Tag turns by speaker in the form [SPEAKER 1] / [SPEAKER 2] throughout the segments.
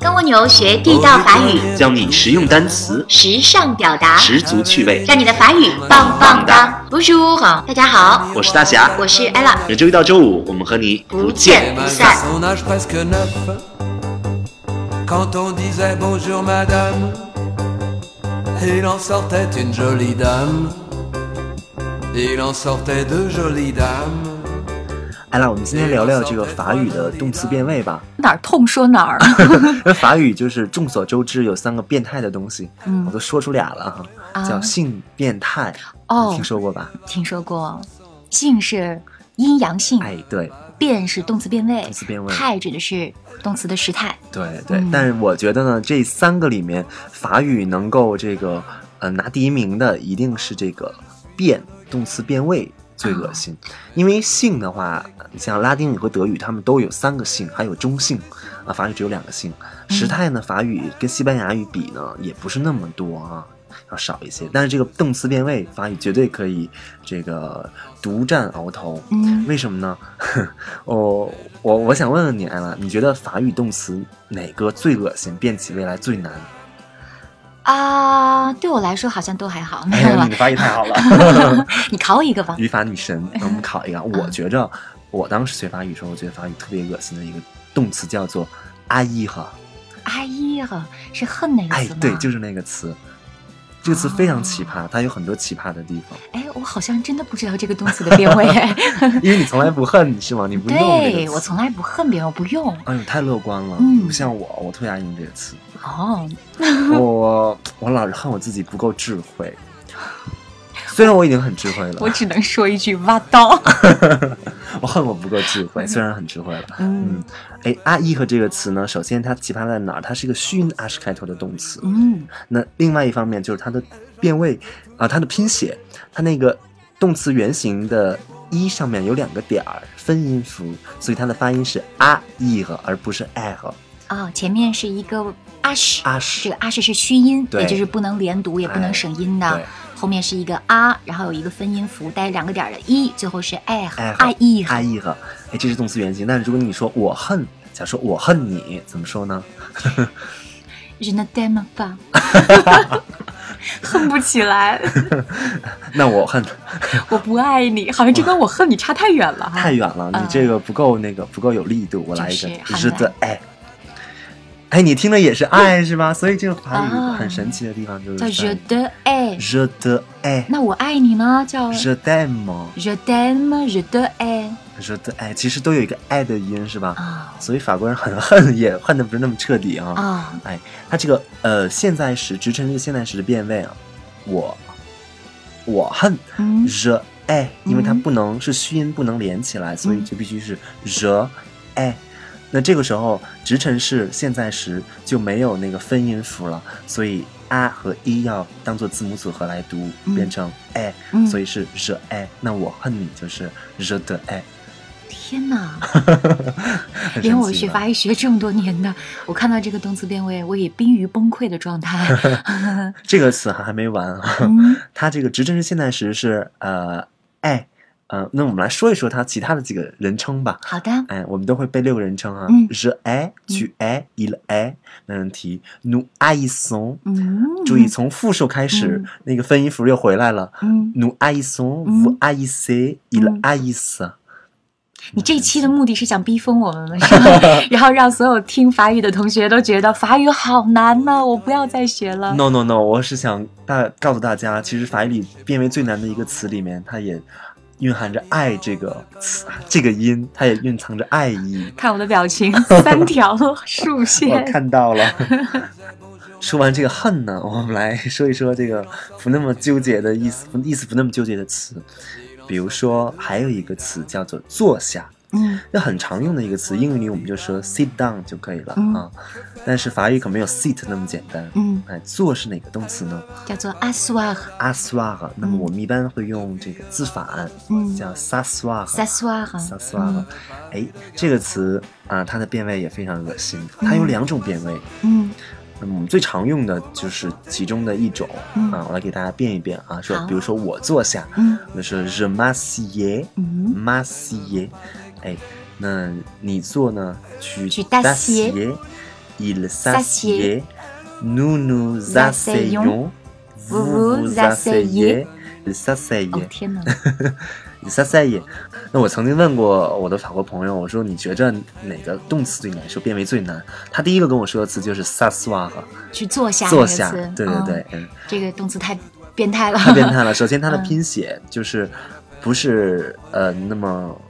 [SPEAKER 1] 跟蜗牛学地道法语，
[SPEAKER 2] 教你实用单词，
[SPEAKER 1] 时尚表达，
[SPEAKER 2] 十足趣味。
[SPEAKER 1] 让你的法语棒棒哒！Bonjour，大家好，
[SPEAKER 2] 我是大侠，
[SPEAKER 1] 我是 Ella，
[SPEAKER 2] 每周一到周五，我们和你
[SPEAKER 1] 不
[SPEAKER 2] 不
[SPEAKER 1] 见
[SPEAKER 2] 见
[SPEAKER 1] 不
[SPEAKER 2] 不
[SPEAKER 1] 散
[SPEAKER 2] 散。
[SPEAKER 3] son âge presque neuf. Quand on disait bonjour madame, il en sortait une jolie dame. Il en sortait deux jolies dames.
[SPEAKER 4] 艾哎拉，我们今天聊聊这个法语的动词变位吧。
[SPEAKER 5] 哪儿痛说哪儿。
[SPEAKER 1] 啊
[SPEAKER 4] 因为法语就是众所周知有三个变态的东西，我都说出俩了哈，
[SPEAKER 5] 嗯啊
[SPEAKER 4] 叫性变态，
[SPEAKER 5] 哦
[SPEAKER 4] 你听说过吧？
[SPEAKER 5] 听说过，性是阴阳性，
[SPEAKER 4] 哎，对
[SPEAKER 5] 变是动词变位，
[SPEAKER 4] 动词变位
[SPEAKER 5] 态指的是动词的时态。
[SPEAKER 4] 对对、
[SPEAKER 5] 嗯
[SPEAKER 4] 但是我觉得呢，这三个里面，法语能够这个呃拿第一名的，一定是这个变动词变位。最
[SPEAKER 5] 嗯
[SPEAKER 4] 恶心，因为性的话，你像拉丁语和德语，他们都有三个性，还有中性，啊，法语只有两个性。
[SPEAKER 5] 嗯
[SPEAKER 4] 时态呢，法语跟西班牙语比呢，也不是那么多啊，要少一些。但是这个动词变位，法语绝对可以这个独占鳌头。
[SPEAKER 5] 嗯
[SPEAKER 4] 为什么呢？哦，我我想问问你，艾拉，你觉得法语动词哪个最恶心，变起未来最难？
[SPEAKER 5] 啊，对我来说好像都还好，没
[SPEAKER 4] 哎呀，
[SPEAKER 5] 有了
[SPEAKER 4] 你。的法语太好 了，
[SPEAKER 5] 你考我一个吧。
[SPEAKER 4] 语法女神，那我们考一个啊。我觉着，我当时学法语的时候，我觉得法语特别恶心的一个动词叫做“阿姨”哈，
[SPEAKER 5] 哎呀，是恨那个
[SPEAKER 4] 哎
[SPEAKER 5] 词吗？，啊
[SPEAKER 4] 对，就是那个词。这个词非常奇葩，它有很多奇葩的地方，
[SPEAKER 5] 哎，我好像真的 不知道这个动词的变位。
[SPEAKER 4] 因为你从来不恨是吗？你不用这
[SPEAKER 5] 对，
[SPEAKER 4] 个
[SPEAKER 5] 我
[SPEAKER 4] 词。
[SPEAKER 5] 从来不恨别人，我不用。
[SPEAKER 4] 哎呦，太乐观了，
[SPEAKER 5] 嗯
[SPEAKER 4] 不像我，我特别爱用这个词。
[SPEAKER 5] 哦，
[SPEAKER 4] 我我老是恨我自己不够智 慧，虽然我已经很智慧了，
[SPEAKER 5] 我只能说一句挖刀。
[SPEAKER 4] 我恨我不够智 慧，虽然很智慧了。嗯
[SPEAKER 5] 嗯，
[SPEAKER 4] 哎，阿姨和这个词呢，首先它奇葩在哪儿？它是一个虚音 h 开头的动词。
[SPEAKER 5] 嗯，
[SPEAKER 4] 那另外一方面就是它的变位啊、它的拼写，它那个动词原形的一上面有两个点儿，分音符，所以它的发音是阿姨和，而不是爱和
[SPEAKER 5] 哦，前面是一个阿什，
[SPEAKER 4] 阿
[SPEAKER 5] 这
[SPEAKER 4] 是啊
[SPEAKER 5] 个。阿是是虚音，
[SPEAKER 4] 对
[SPEAKER 5] 也就是不能连读，也不能省音的。
[SPEAKER 4] 对，
[SPEAKER 5] 后面是一个啊，然后有一个分音符带两个点儿的一，最后是哎和
[SPEAKER 4] 哎
[SPEAKER 5] 啊一
[SPEAKER 4] 阿
[SPEAKER 5] 和
[SPEAKER 4] 姨和，哎，这是动词原形。但是如果你说我恨，假如说我恨你，怎么说呢？
[SPEAKER 5] 人的 d e m 吧，恨不起来，
[SPEAKER 4] 那我恨
[SPEAKER 5] 我不爱你，好像这跟我恨你差太远了哈。
[SPEAKER 4] 太远了，你
[SPEAKER 5] 嗯
[SPEAKER 4] 这个不够那个不够有力度，我来一
[SPEAKER 5] 就
[SPEAKER 4] 个
[SPEAKER 5] 是，
[SPEAKER 4] 只是
[SPEAKER 5] 很
[SPEAKER 4] 的哎。哎，你听着也是爱是
[SPEAKER 5] 嗯
[SPEAKER 4] 吧？所以这个法语
[SPEAKER 5] 啊
[SPEAKER 4] 很神奇的地方就是
[SPEAKER 5] 叫
[SPEAKER 4] 在
[SPEAKER 5] je de 爱，
[SPEAKER 4] je de 爱
[SPEAKER 5] 那我爱你呢叫
[SPEAKER 4] ，je t'aime
[SPEAKER 5] je t'aime je de 爱
[SPEAKER 4] je de 爱，哎其实都有一个爱的音是吧？
[SPEAKER 5] 啊
[SPEAKER 4] 所以法国人很恨，也恨的不是那么彻底啊。
[SPEAKER 5] 啊
[SPEAKER 4] 哎，他这个呃现在时直称这个现在时的变位啊，我我恨
[SPEAKER 5] 嗯
[SPEAKER 4] je 爱，哎因为它
[SPEAKER 5] 嗯
[SPEAKER 4] 不能是虚音，不能连起来，所以
[SPEAKER 5] 嗯
[SPEAKER 4] 就必须是 je 爱。那这个时候直陈式现在时就没有那个分音符了，所以啊和一要当做字母组合来读，
[SPEAKER 5] 嗯
[SPEAKER 4] 变成爱，
[SPEAKER 5] 嗯
[SPEAKER 4] 所以是 je 爱。那我恨你就是 je de 爱。
[SPEAKER 5] 天哪，
[SPEAKER 4] 很神奇
[SPEAKER 5] 连我
[SPEAKER 4] 吧
[SPEAKER 5] 学法语学这么多年的，我看到这个动词变位，我也濒于崩溃的状态。
[SPEAKER 4] 这个词还还没完啊，
[SPEAKER 5] 嗯
[SPEAKER 4] 它这个直陈式现在时是呃爱。呃，那我们来说一说它其他的几个人称吧。
[SPEAKER 5] 好的，
[SPEAKER 4] 哎，我们都会背六个人称啊
[SPEAKER 5] 嗯
[SPEAKER 4] ，je ai, tu ai, il ai，没问哎题。nous haïssons，
[SPEAKER 5] 嗯，
[SPEAKER 4] 注意从复数开始
[SPEAKER 5] 嗯，
[SPEAKER 4] 那个分音符又回来了。
[SPEAKER 5] 嗯，
[SPEAKER 4] nous haïssons,
[SPEAKER 5] 嗯
[SPEAKER 4] vous haïssez, il
[SPEAKER 5] 嗯
[SPEAKER 4] haïsse。
[SPEAKER 5] 你这期的目的是想逼疯我们吗？ 是吧？然后让所有听法语的同学都觉得法语好难呢、我不要再学了。
[SPEAKER 4] No no no，我是想大告诉大家，其实法语里变为最难的一个词里面，它也蕴含着爱这个词，这个音，它也蕴藏着爱意。
[SPEAKER 5] 看我的表 情，三条竖
[SPEAKER 4] 我
[SPEAKER 5] 线。
[SPEAKER 4] 看到了。 说完这个恨呢，我们来说一说这个不那么纠结的意思，不意思不那么纠结的词。比如说，还有一个词叫做坐下，
[SPEAKER 5] 嗯，
[SPEAKER 4] 那很常用的一个词，英语里我们就说 sit down 就可以了、
[SPEAKER 5] 嗯
[SPEAKER 4] 啊。但是法语可没有 sit 那么简单。
[SPEAKER 5] 嗯
[SPEAKER 4] 哎，坐是哪个动词呢
[SPEAKER 5] 叫做阿苏瓦
[SPEAKER 4] a s w a r 那么我们一般会用这个字法，
[SPEAKER 5] 嗯
[SPEAKER 4] 叫 s a s w a r
[SPEAKER 5] 萨苏瓦
[SPEAKER 4] 萨斯瓦勒，哎，这个词啊、它的变位也非常恶心。它有两种变位，
[SPEAKER 5] 嗯
[SPEAKER 4] 那么我们最常用的就是其中的一种
[SPEAKER 5] 嗯
[SPEAKER 4] 啊，我来给大家变一变啊，说
[SPEAKER 5] 好
[SPEAKER 4] 比如说我坐下，
[SPEAKER 5] 嗯
[SPEAKER 4] 那是 je m'assieds，
[SPEAKER 5] 嗯
[SPEAKER 4] m'assieds，哎，那你做呢？去
[SPEAKER 5] 去 d'acier
[SPEAKER 4] il s'assied, nous nous asseyons,
[SPEAKER 5] vous
[SPEAKER 4] vous
[SPEAKER 5] vous
[SPEAKER 4] vous
[SPEAKER 5] asseyez
[SPEAKER 4] asseyez, il s'asseyait
[SPEAKER 5] 哦天哪，
[SPEAKER 4] il s'asseyait。那我曾经问过我的法国朋友，我说你觉着哪个动词对你来说变为最难？他第一个跟我说的词就是 s'asseoir，
[SPEAKER 5] 去坐下
[SPEAKER 4] 坐
[SPEAKER 5] 那
[SPEAKER 4] 下
[SPEAKER 5] 个词，
[SPEAKER 4] 对对
[SPEAKER 5] 嗯
[SPEAKER 4] 对，嗯。
[SPEAKER 5] 这个动词太变态了，
[SPEAKER 4] 太变态了。首先，它的
[SPEAKER 5] 嗯
[SPEAKER 4] 拼写就是不是呃那么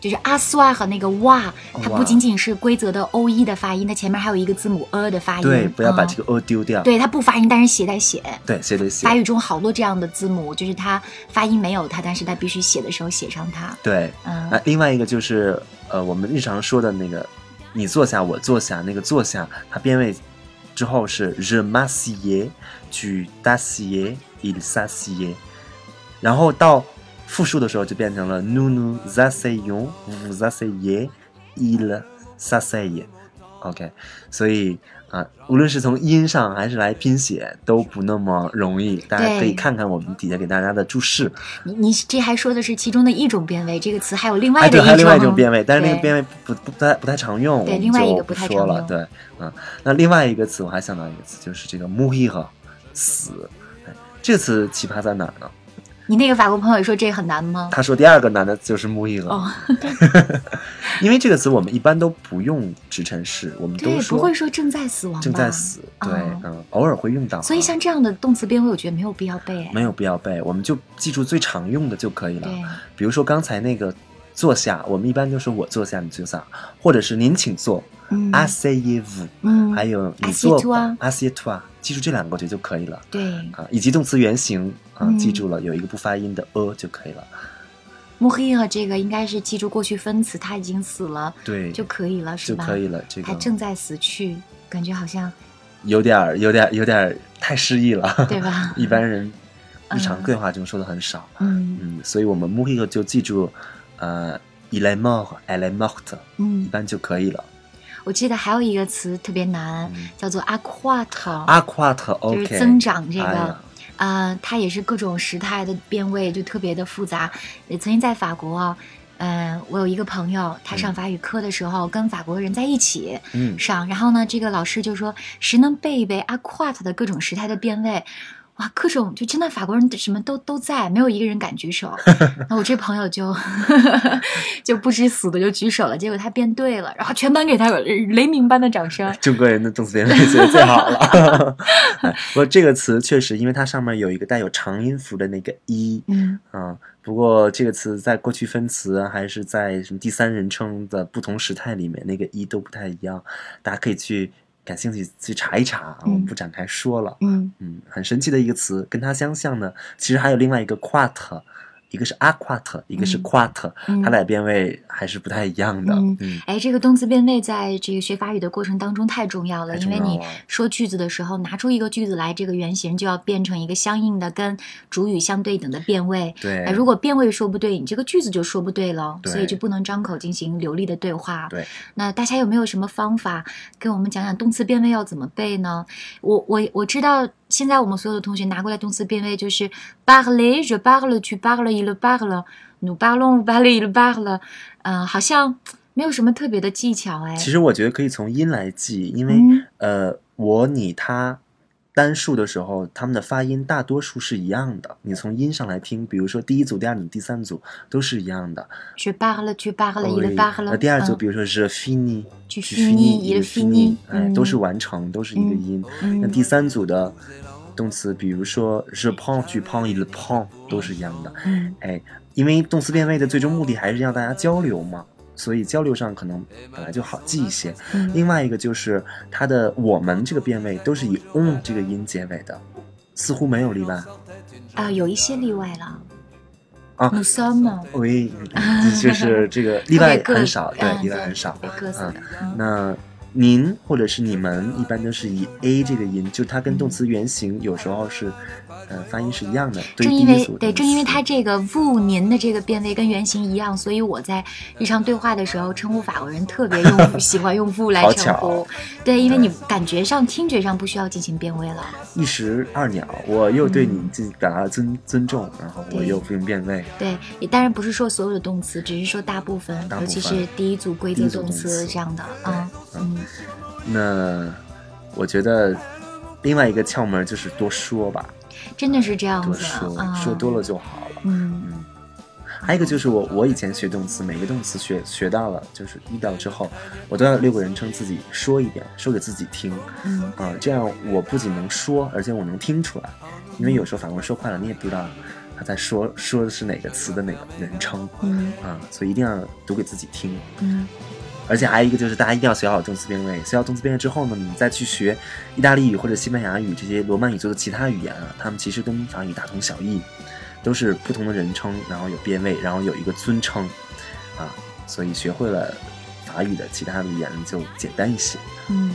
[SPEAKER 5] 就是阿苏啊和那个哇，它
[SPEAKER 4] 哇
[SPEAKER 5] 不仅仅是规则的 o e 的发音，它前面还有一个字母 a 的发音。
[SPEAKER 4] 对，不要把这
[SPEAKER 5] 个、
[SPEAKER 4] 个 o 丢掉。
[SPEAKER 5] 对，它不发音，但是写在写。
[SPEAKER 4] 对，写得写
[SPEAKER 5] 法。语中好多这样的字母，就是它发音没有它，但是它必须写的时候写上它。
[SPEAKER 4] 对，
[SPEAKER 5] 嗯，
[SPEAKER 4] 那另外一个就是呃我们日常说的那个你坐下，我坐下，那个坐下，它变位之后是 je m'assieds, tu t'assieds, il s'assied，然后到复数的时候就变成了 nous nous asseyons, vous vous asseyez, il s'assied。OK，所以啊、无论是从音上还是来拼写，都不那么容易。大家可以
[SPEAKER 5] 对
[SPEAKER 4] 看看我们底下给大家的注释，
[SPEAKER 5] 你你这还说的是其中的一种变位，这个词还有另外
[SPEAKER 4] 哎，
[SPEAKER 5] 的
[SPEAKER 4] 对，
[SPEAKER 5] 一种。
[SPEAKER 4] 还有另外一种变位，但是那个
[SPEAKER 5] 对
[SPEAKER 4] 变位不不不太不太常用，
[SPEAKER 5] 对
[SPEAKER 4] 我们
[SPEAKER 5] 另外一个
[SPEAKER 4] 就
[SPEAKER 5] 不太
[SPEAKER 4] 说了。
[SPEAKER 5] 常用
[SPEAKER 4] 对，嗯，那另外一个词我还想到一个词，就是这个 m u h i 和死，哎这个词奇葩在哪儿呢？
[SPEAKER 5] 你那个法国朋友说这很难吗？
[SPEAKER 4] 他说第二个难的就是 m u h i 和，
[SPEAKER 5] 哦，
[SPEAKER 4] 因为这个词我们一般都不用直陈式，我们
[SPEAKER 5] 对
[SPEAKER 4] 都，
[SPEAKER 5] 不会
[SPEAKER 4] 说
[SPEAKER 5] 说正在死亡吧，
[SPEAKER 4] 正在死，对
[SPEAKER 5] 哦，
[SPEAKER 4] 嗯，偶尔会用到啊，
[SPEAKER 5] 所以像这样的动词变位，我觉得没有必要背。哎
[SPEAKER 4] 没有必要背，我们就记住最常用的就可以了。
[SPEAKER 5] 对，
[SPEAKER 4] 比如说刚才那个坐下，我们一般就说我坐下，你坐下，或者是您请坐
[SPEAKER 5] 嗯
[SPEAKER 4] ，asseyez-vous，
[SPEAKER 5] 嗯
[SPEAKER 4] 还有你坐
[SPEAKER 5] assieds-toi
[SPEAKER 4] ，assieds-toi，记住这两个我觉得就可以了
[SPEAKER 5] 对
[SPEAKER 4] 啊，以及动词原形啊
[SPEAKER 5] 嗯，
[SPEAKER 4] 记住了有一个不发音的 a 就可以了。
[SPEAKER 5] m o h i 和这个应该是记住过去分词，他已经死了
[SPEAKER 4] 对，
[SPEAKER 5] 就可以了，是
[SPEAKER 4] 就
[SPEAKER 5] 吧？
[SPEAKER 4] 可以了，这
[SPEAKER 5] 他
[SPEAKER 4] 个
[SPEAKER 5] 正在死去，感觉好像
[SPEAKER 4] 有点儿有点儿有点儿太诗意了，
[SPEAKER 5] 对吧
[SPEAKER 4] 一般人日
[SPEAKER 5] 嗯
[SPEAKER 4] 常对话中说的很少，
[SPEAKER 5] 嗯
[SPEAKER 4] 嗯，所以我们 m u h i 就记住，呃，il est mort，elle est morte，一
[SPEAKER 5] 嗯。
[SPEAKER 4] 般就可以了。
[SPEAKER 5] 我记得还有一个词特别难，
[SPEAKER 4] 嗯
[SPEAKER 5] 叫做 aquat，
[SPEAKER 4] 阿夸特
[SPEAKER 5] 哦就
[SPEAKER 4] OK，
[SPEAKER 5] 是增长这
[SPEAKER 4] 哎
[SPEAKER 5] 个
[SPEAKER 4] 呀。
[SPEAKER 5] 呃，它也是各种时态的变位，就特别的复杂。也曾经在法国啊，呃，我有一个朋友，他上
[SPEAKER 4] 嗯
[SPEAKER 5] 法语课的时候跟法国人在一起，
[SPEAKER 4] 嗯，
[SPEAKER 5] 上，然后呢，这个老师就说谁能背一背阿夸 u 的各种时态的变位。哇，各种就真的法国人什么都都在，没有一个人敢 举手。那我这朋友就 就不知死的就举手了，结果他变对了，然后全班给他雷鸣般的掌 声。
[SPEAKER 4] 中国人的动词变位学最好了。 哎不过这个词确实，因为它上面有一个带有长音符的那个一
[SPEAKER 5] 嗯，
[SPEAKER 4] 啊、不过这个词在过去分词啊还是在什么第三人称的不同时态里面，那个一都不太一样。大家可以去感兴趣去查一查啊，我
[SPEAKER 5] 嗯
[SPEAKER 4] 不展开说了。
[SPEAKER 5] 嗯，
[SPEAKER 4] 嗯，很神奇的一个词，跟它相像呢，其实还有另外一个 quat，一个是 a quat，一个是
[SPEAKER 5] 嗯
[SPEAKER 4] quat，、
[SPEAKER 5] 嗯
[SPEAKER 4] 它俩变位还是不太一样的。
[SPEAKER 5] 嗯
[SPEAKER 4] 嗯
[SPEAKER 5] 哎，这个动词变位在这个学法语的过程当中太重要了，
[SPEAKER 4] 太
[SPEAKER 5] 因为
[SPEAKER 4] 重要
[SPEAKER 5] 你
[SPEAKER 4] 了
[SPEAKER 5] 说句子的时候，拿出一个句子来，这个原型就要变成一个相应的跟主语相对应的变位。
[SPEAKER 4] 对
[SPEAKER 5] 哎，如果变位说不对，你这个句子就说不对了，所以
[SPEAKER 4] 对
[SPEAKER 5] 就不能张口进行流利的对话。
[SPEAKER 4] 对，
[SPEAKER 5] 那大家有没有什么方法给我们讲讲动词变位要怎么背呢？我我我知道，现在我们所有的同学拿过来动词变位就是 parler, je parle, tu parles, il parle, nous parlons, vous parlez, il parle。嗯、好像没有什么特别的技巧哎。
[SPEAKER 4] 其实我觉得可以从音来记，因为、
[SPEAKER 5] 嗯
[SPEAKER 4] 呃，我、你、他单数的时候，他们的发音大多数是一样的。你从音上来听，比如说第一组、第二组、第三组都是一样的。
[SPEAKER 5] je parle, tu parles,
[SPEAKER 4] 对
[SPEAKER 5] il parle。
[SPEAKER 4] 呃第二组，
[SPEAKER 5] 嗯
[SPEAKER 4] 比如说 je fini、
[SPEAKER 5] Tu finis,
[SPEAKER 4] fini、
[SPEAKER 5] il finit，
[SPEAKER 4] 哎
[SPEAKER 5] 嗯，
[SPEAKER 4] 都是完成，都是一个音。
[SPEAKER 5] 嗯
[SPEAKER 4] 那第三组的动词，比如说 je prends、tu prends、il prend，都是一样的。
[SPEAKER 5] 嗯
[SPEAKER 4] 哎，因为动词变位的最终目的还是让大家交流嘛，所以交流上可能本来就好记一些。
[SPEAKER 5] 嗯
[SPEAKER 4] 另外一个就是它的我们这个变位都是以 on 这个音结尾的，似乎没有例外
[SPEAKER 5] 啊、
[SPEAKER 1] 呃
[SPEAKER 5] 有一些例外了。
[SPEAKER 4] 啊
[SPEAKER 5] nous sommes
[SPEAKER 4] 喂，就是这个例外很少，
[SPEAKER 5] 特别
[SPEAKER 4] 对，例
[SPEAKER 5] 个嗯
[SPEAKER 4] 外很少
[SPEAKER 5] 特别。个
[SPEAKER 4] 嗯
[SPEAKER 5] 子的，嗯
[SPEAKER 4] 那您或者是你们一般都是以 a 这个音，就是它跟动词原形有时候是，呃，发音是一样的。对
[SPEAKER 5] 正
[SPEAKER 4] 第
[SPEAKER 5] 因
[SPEAKER 4] 一
[SPEAKER 5] 为
[SPEAKER 4] 组
[SPEAKER 5] 对，
[SPEAKER 4] 动
[SPEAKER 5] 正因为
[SPEAKER 4] 词
[SPEAKER 5] 它这个 vous 您的这个变位跟原型一样，所以我在日常对话的时候称呼法国人特别 用喜欢用 vous 来
[SPEAKER 4] 好
[SPEAKER 5] 称
[SPEAKER 4] 巧嗯
[SPEAKER 5] 呼。对，因为你感觉上、听觉上不需要进行变位了。
[SPEAKER 4] 一石二鸟，我又对你自己表达了尊尊重，然后我
[SPEAKER 5] 嗯对
[SPEAKER 4] 又不用变位。
[SPEAKER 5] 对，也当然不是说所有的动词，只是说大部分，
[SPEAKER 4] 大
[SPEAKER 5] 尤
[SPEAKER 4] 部
[SPEAKER 5] 其
[SPEAKER 4] 分
[SPEAKER 5] 是第一组规
[SPEAKER 4] 第一组
[SPEAKER 5] 则动
[SPEAKER 4] 动
[SPEAKER 5] 词
[SPEAKER 4] 词
[SPEAKER 5] 这样的
[SPEAKER 4] 对
[SPEAKER 5] 啊。嗯，
[SPEAKER 4] 那我觉得另外一个窍门就是多说吧，
[SPEAKER 5] 真的是这样
[SPEAKER 4] 多
[SPEAKER 5] 子
[SPEAKER 4] 说，
[SPEAKER 5] 啊。
[SPEAKER 4] 说多了就好了。
[SPEAKER 5] 嗯，
[SPEAKER 4] 嗯，还有一个就是我我以前学动词，每个动词学学到了，就是遇到之后，我都要六个人称自己说一遍，说给自己听
[SPEAKER 5] 嗯
[SPEAKER 4] 啊、这样我不仅能说，而且我能听出来，因为有时候反过来说快了，你也不知道他在说说的是哪个词的哪个人称啊、
[SPEAKER 5] 嗯
[SPEAKER 4] 所以一定要读给自己听。
[SPEAKER 5] 嗯，
[SPEAKER 4] 而且还有一个就是，大家一定要学好动词变位。学好动词变位之后呢，你再去学意大利语或者西班牙语这些罗曼语族的其他语言啊，他们其实跟法语大同小异，都是不同的人称，然后有变位，然后有一个尊称，啊，所以学会了法语的其他语言就简单一些。
[SPEAKER 5] 嗯，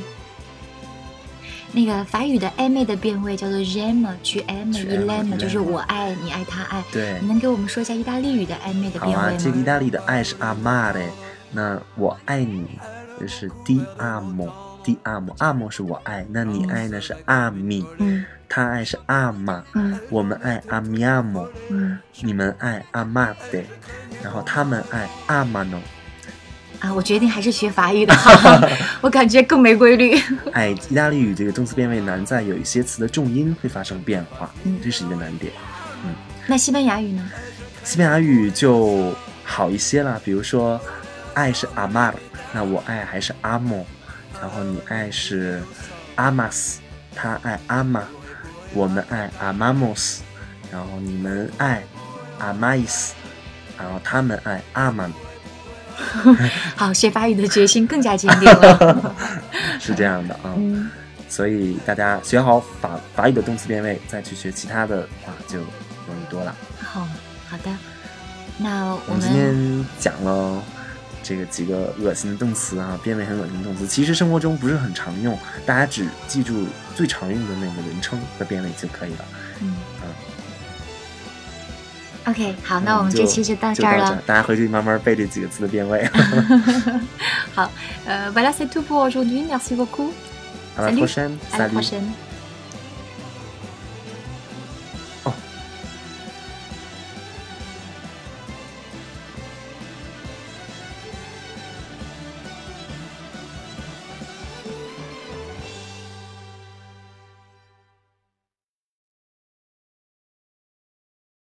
[SPEAKER 5] 那个法语的暧昧的变位叫做 j'aime，去 aime，
[SPEAKER 4] 去
[SPEAKER 5] i l a m
[SPEAKER 4] aime，
[SPEAKER 5] e 就是
[SPEAKER 4] il aime
[SPEAKER 5] 我爱你爱他爱。
[SPEAKER 4] 对
[SPEAKER 5] 你能给我们说一下意大利语的暧昧的
[SPEAKER 4] 好
[SPEAKER 5] 变
[SPEAKER 4] 啊，这
[SPEAKER 5] 位
[SPEAKER 4] 个意
[SPEAKER 5] 吗？
[SPEAKER 4] 大利的爱是 amare，那我爱你就是 di amo，di amo，amo 是我爱，那你爱呢是 ami，
[SPEAKER 5] 嗯
[SPEAKER 4] 他爱是 ama。
[SPEAKER 5] 嗯
[SPEAKER 4] 我们爱 amiamo，
[SPEAKER 5] 嗯
[SPEAKER 4] 你们爱 amate，然后他们爱 amano，
[SPEAKER 5] 啊，我决定还是学法语的好， 我感觉更没规律。
[SPEAKER 4] 哎，意大利语这个动词变位难在有一些词的重音会发生变化，
[SPEAKER 5] 嗯
[SPEAKER 4] 这是一个难点。
[SPEAKER 5] 那西班牙语呢？
[SPEAKER 4] 西班牙语就好一些了，比如说爱是 amar，那我爱还是 amo，然后你爱是 amas，他爱 ama，我们爱 amamos，然后你们爱 amais，然后他们爱 aman，
[SPEAKER 5] 好，学法语的决心更加坚定 了。
[SPEAKER 4] 是这样的啊。
[SPEAKER 5] 嗯，
[SPEAKER 4] 所以大家学好法法语的动词变位，再去学其他的话就容易多了。
[SPEAKER 5] 好好的。那
[SPEAKER 4] 我
[SPEAKER 5] 我
[SPEAKER 4] 们今
[SPEAKER 5] 们
[SPEAKER 4] 天讲了这个几个恶心的动词啊，变位很恶心的动词，其实生活中不是很常用，大家只记住最常用的那个人称和变位就可以了。
[SPEAKER 5] 嗯 OK 好，那我们
[SPEAKER 4] 就
[SPEAKER 5] 这期就到
[SPEAKER 4] 就
[SPEAKER 5] 这儿了。
[SPEAKER 4] 大家回去慢慢背这几个字的变 位。
[SPEAKER 5] 好，呃，voilà c'est tout pour aujourd'hui. Merci beaucoup.
[SPEAKER 4] À la
[SPEAKER 5] Salut
[SPEAKER 4] prochaine，
[SPEAKER 5] À la
[SPEAKER 4] salut
[SPEAKER 5] prochaine.